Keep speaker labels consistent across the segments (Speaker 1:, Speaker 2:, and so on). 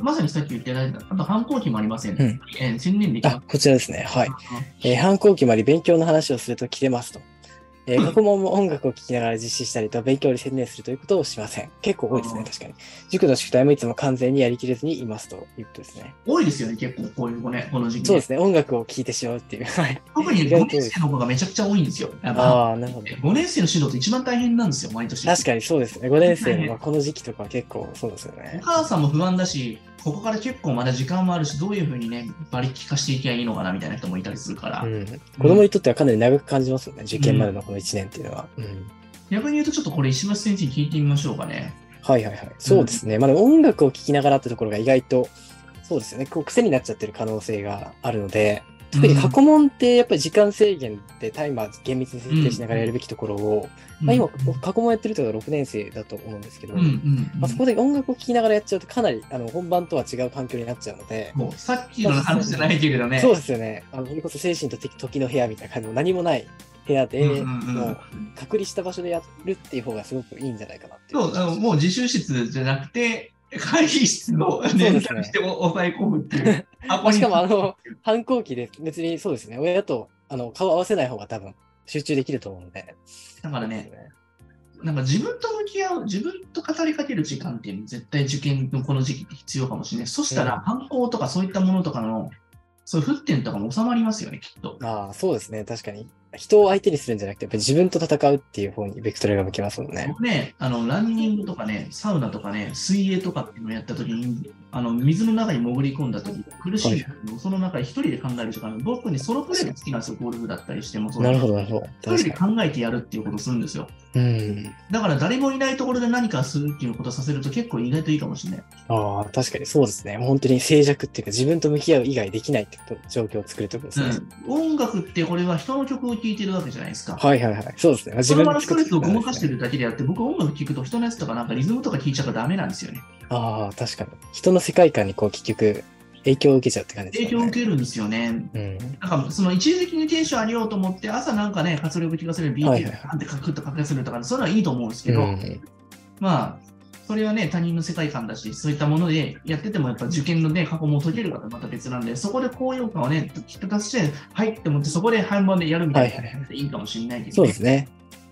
Speaker 1: まさにさっき言っていただいた、あと反抗期もありません。
Speaker 2: うん
Speaker 1: えー専念でき
Speaker 2: あ
Speaker 1: な、
Speaker 2: こちらですね。はい。
Speaker 1: い。
Speaker 2: えー反抗期もあり、勉強の話をすると切れますと。えー過去問も音楽を聴きながら実施したりと、勉強に専念するということをしません。結構多いです
Speaker 1: う
Speaker 2: ね、
Speaker 1: ん
Speaker 2: 確かに。塾の宿題もいつも完全にやりきれずにいますということですね。
Speaker 1: 多いですよね、結構こういう子ね、この時期
Speaker 2: そう
Speaker 1: ね、
Speaker 2: ですね、音楽を聴いてしまうっていう。はい。
Speaker 1: 特に
Speaker 2: 意外
Speaker 1: 5
Speaker 2: と多い
Speaker 1: 年生の子がめちゃくちゃ多いんですよ。やっぱ
Speaker 2: ああ、なるほど。
Speaker 1: 5年生の指導って一番大変なんですよ、毎年。
Speaker 2: 確かにそうですね。5年生
Speaker 1: はい
Speaker 2: の、まあこの時期とかは結構そうですよ
Speaker 1: お
Speaker 2: ね。
Speaker 1: 母さんも不安だし、ここから結構まだ時間もあるし、どういうふうにね、馬力化していけばいいのかなみたいな人もいたりするから、
Speaker 2: うん、子供にとってはかなり長く感じますよね、受験までのこの1年っていうのは。うん
Speaker 1: 逆に言うと、ちょっとこれ、石橋先生に聞いてみましょうかね。
Speaker 2: はいはいはい。そうですね。まあでも音楽を聴きながらってところが意外と、そうですよね。こう癖になっちゃってる可能性があるので、特に過去問ってやっぱり時間制限ってタイマー厳密に設定しながらやるべきところを、
Speaker 1: うん
Speaker 2: まあ今
Speaker 1: うん、
Speaker 2: 過去問やってるってことは6年生だと思うんですけど、
Speaker 1: うんうんうん
Speaker 2: まあ、そこで音楽を聴きながらやっちゃうとかなりあの本番とは違う環境になっちゃうので、
Speaker 1: もうさっきの話じゃないけれどね、
Speaker 2: そうですよね。あのそれこそ精神と時の部屋みたいな感じの何もない部屋で、
Speaker 1: うんうんう
Speaker 2: も
Speaker 1: ん
Speaker 2: う隔離した場所でやるっていう方がすごくいいんじゃないかなってい
Speaker 1: そうあのもう自習室じゃなくて、会議室の
Speaker 2: うですね
Speaker 1: 連絡してお抑え込むって いう。
Speaker 2: ま
Speaker 1: あ
Speaker 2: あしかもあの、反抗期で別にそうですね、親とあの顔合わせない方が多分集中できると思うので。
Speaker 1: だからね、なんか自分と向き合う、自分と語りかける時間っていうのは絶対受験のこの時期って必要かもしれない。そした
Speaker 2: う
Speaker 1: ら、反抗とかそういったものとかの、そういう沸点とかも収まりますよね、きっと。
Speaker 2: ああ、そうですね、確かに。人を相手にするんじゃなくて、やっぱり自分と戦うっていう方にベクトルが向きますもんね。
Speaker 1: 僕ね、あの、ランニングとかね、サウナとかね、水泳とかっていうのをやった時に、あの、水の中に潜り込んだ時苦しい時も、その中で一人で考える時間、僕にソロプレイが好きなんですよ、ゴルフだったりしてもそう
Speaker 2: なるほ
Speaker 1: ど。
Speaker 2: ど、なるほ
Speaker 1: 一
Speaker 2: ど。
Speaker 1: 人
Speaker 2: 確
Speaker 1: で
Speaker 2: か
Speaker 1: 考えてやるっていうことをするんですよ。
Speaker 2: に。うん。
Speaker 1: だから誰もいないところで何かするっていうことをさせると結構意外といいかもしれない。
Speaker 2: ああ、確かにそうですね。本当に静寂っていうか、自分と向き合う以外できないってこと状況を作るってことですね。
Speaker 1: うん、音楽ってこれは人の曲を聴いてるわけじゃないですか。
Speaker 2: はいはいはい。そうですね。まあ
Speaker 1: その場の
Speaker 2: で
Speaker 1: ス
Speaker 2: 作
Speaker 1: トレ
Speaker 2: って
Speaker 1: スをごまかして
Speaker 2: る。
Speaker 1: るだけであって、僕は音楽聴くと人のやつとかなんかリズムとか聴いちゃうとダメなんですよね。
Speaker 2: ああ、確かに。人の世界観にこう結局影響を受けちゃうって感じです
Speaker 1: 影
Speaker 2: ね。
Speaker 1: 響を受けるんですよね。
Speaker 2: うん。
Speaker 1: なんかその一時的にテンション上げようと思って、朝なんかね、活力気がする、
Speaker 2: はいは
Speaker 1: BT
Speaker 2: いはい
Speaker 1: なんてカクッとかけするとか、そういうのはいいと思うんですけ
Speaker 2: う
Speaker 1: ど、
Speaker 2: ん、
Speaker 1: まあ、それはね、他人の世界観だし、そういったものでやってても、やっぱ受験のね、過去も解けるかとまた別なんで、そこで高揚感をね、きっと出して、はいって思って、そこで半分でやるみたいな
Speaker 2: はいはい
Speaker 1: のっていいかもしれないけど、
Speaker 2: そうですね。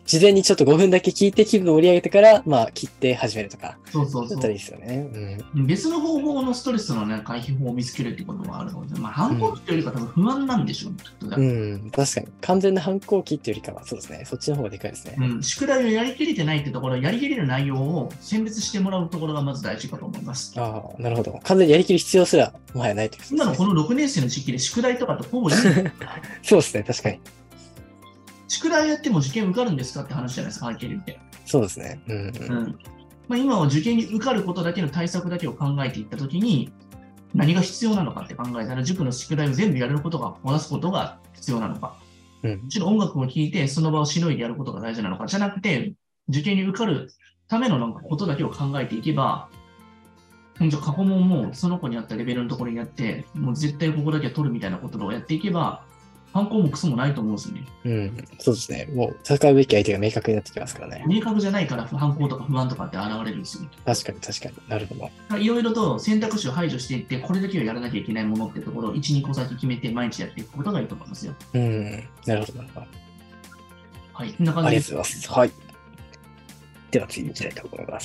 Speaker 2: 事前にちょっと5分だけ聞いて気分を盛り上げてから、まあ、切って始めるとか。
Speaker 1: そうそう
Speaker 2: だ
Speaker 1: そ
Speaker 2: っ
Speaker 1: う
Speaker 2: たらいいですよね。うん。
Speaker 1: 別の方法のストレスの、ね、回避法を見つけるってこともあるので、まあ、反抗期というよりか多分不安なんでしょうね、きっとだから
Speaker 2: うん、確かに。完全な反抗期っていうよりかは、そうですね。そっちの方がでかいですね。
Speaker 1: うん宿題をやりきれてないってところ、やりきれる内容を選別してもらうところがまず大事かと思います。
Speaker 2: ああ、なるほど。完全にやりきる必要すら、もはやないってことですね。
Speaker 1: 今のこの6年生の時期で宿題とかとほぼ一緒
Speaker 2: そうですね、確かに。
Speaker 1: 宿題やっても受験受かるんですかって話じゃないですか、はっきり言って。
Speaker 2: そうですね。うん、うん
Speaker 1: うんまあ、今は受験に受かることだけの対策だけを考えていったときに、何が必要なのかって考えたら、塾の宿題を全部やれることが、こなすことが必要なのか。
Speaker 2: うん
Speaker 1: もちろん音楽を聴いて、その場をしのいでやることが大事なのか、じゃなくて、受験に受かるためのなんかことだけを考えていけば、本当過去問もその子にあったレベルのところにやって、もう絶対ここだけは取るみたいなことをやっていけば、反抗もクソもないと思うんですよね。
Speaker 2: うん。そうですね。もう、戦うべき相手が明確になってきますからね。
Speaker 1: 明確じゃないから、反抗とか不安とかって現れるんですよ。
Speaker 2: 確かに、確かになるほど。
Speaker 1: いろいろと選択肢を排除していって、これだけはやらなきゃいけないものってところを1、2個先決めて毎日やっていくことがいいと思いますよ。
Speaker 2: うん。なるほど、なるほど。
Speaker 1: はい。こんな感
Speaker 2: あ
Speaker 1: じ
Speaker 2: り
Speaker 1: で
Speaker 2: が
Speaker 1: す
Speaker 2: とうございます。はい。では次に行きたいと思います。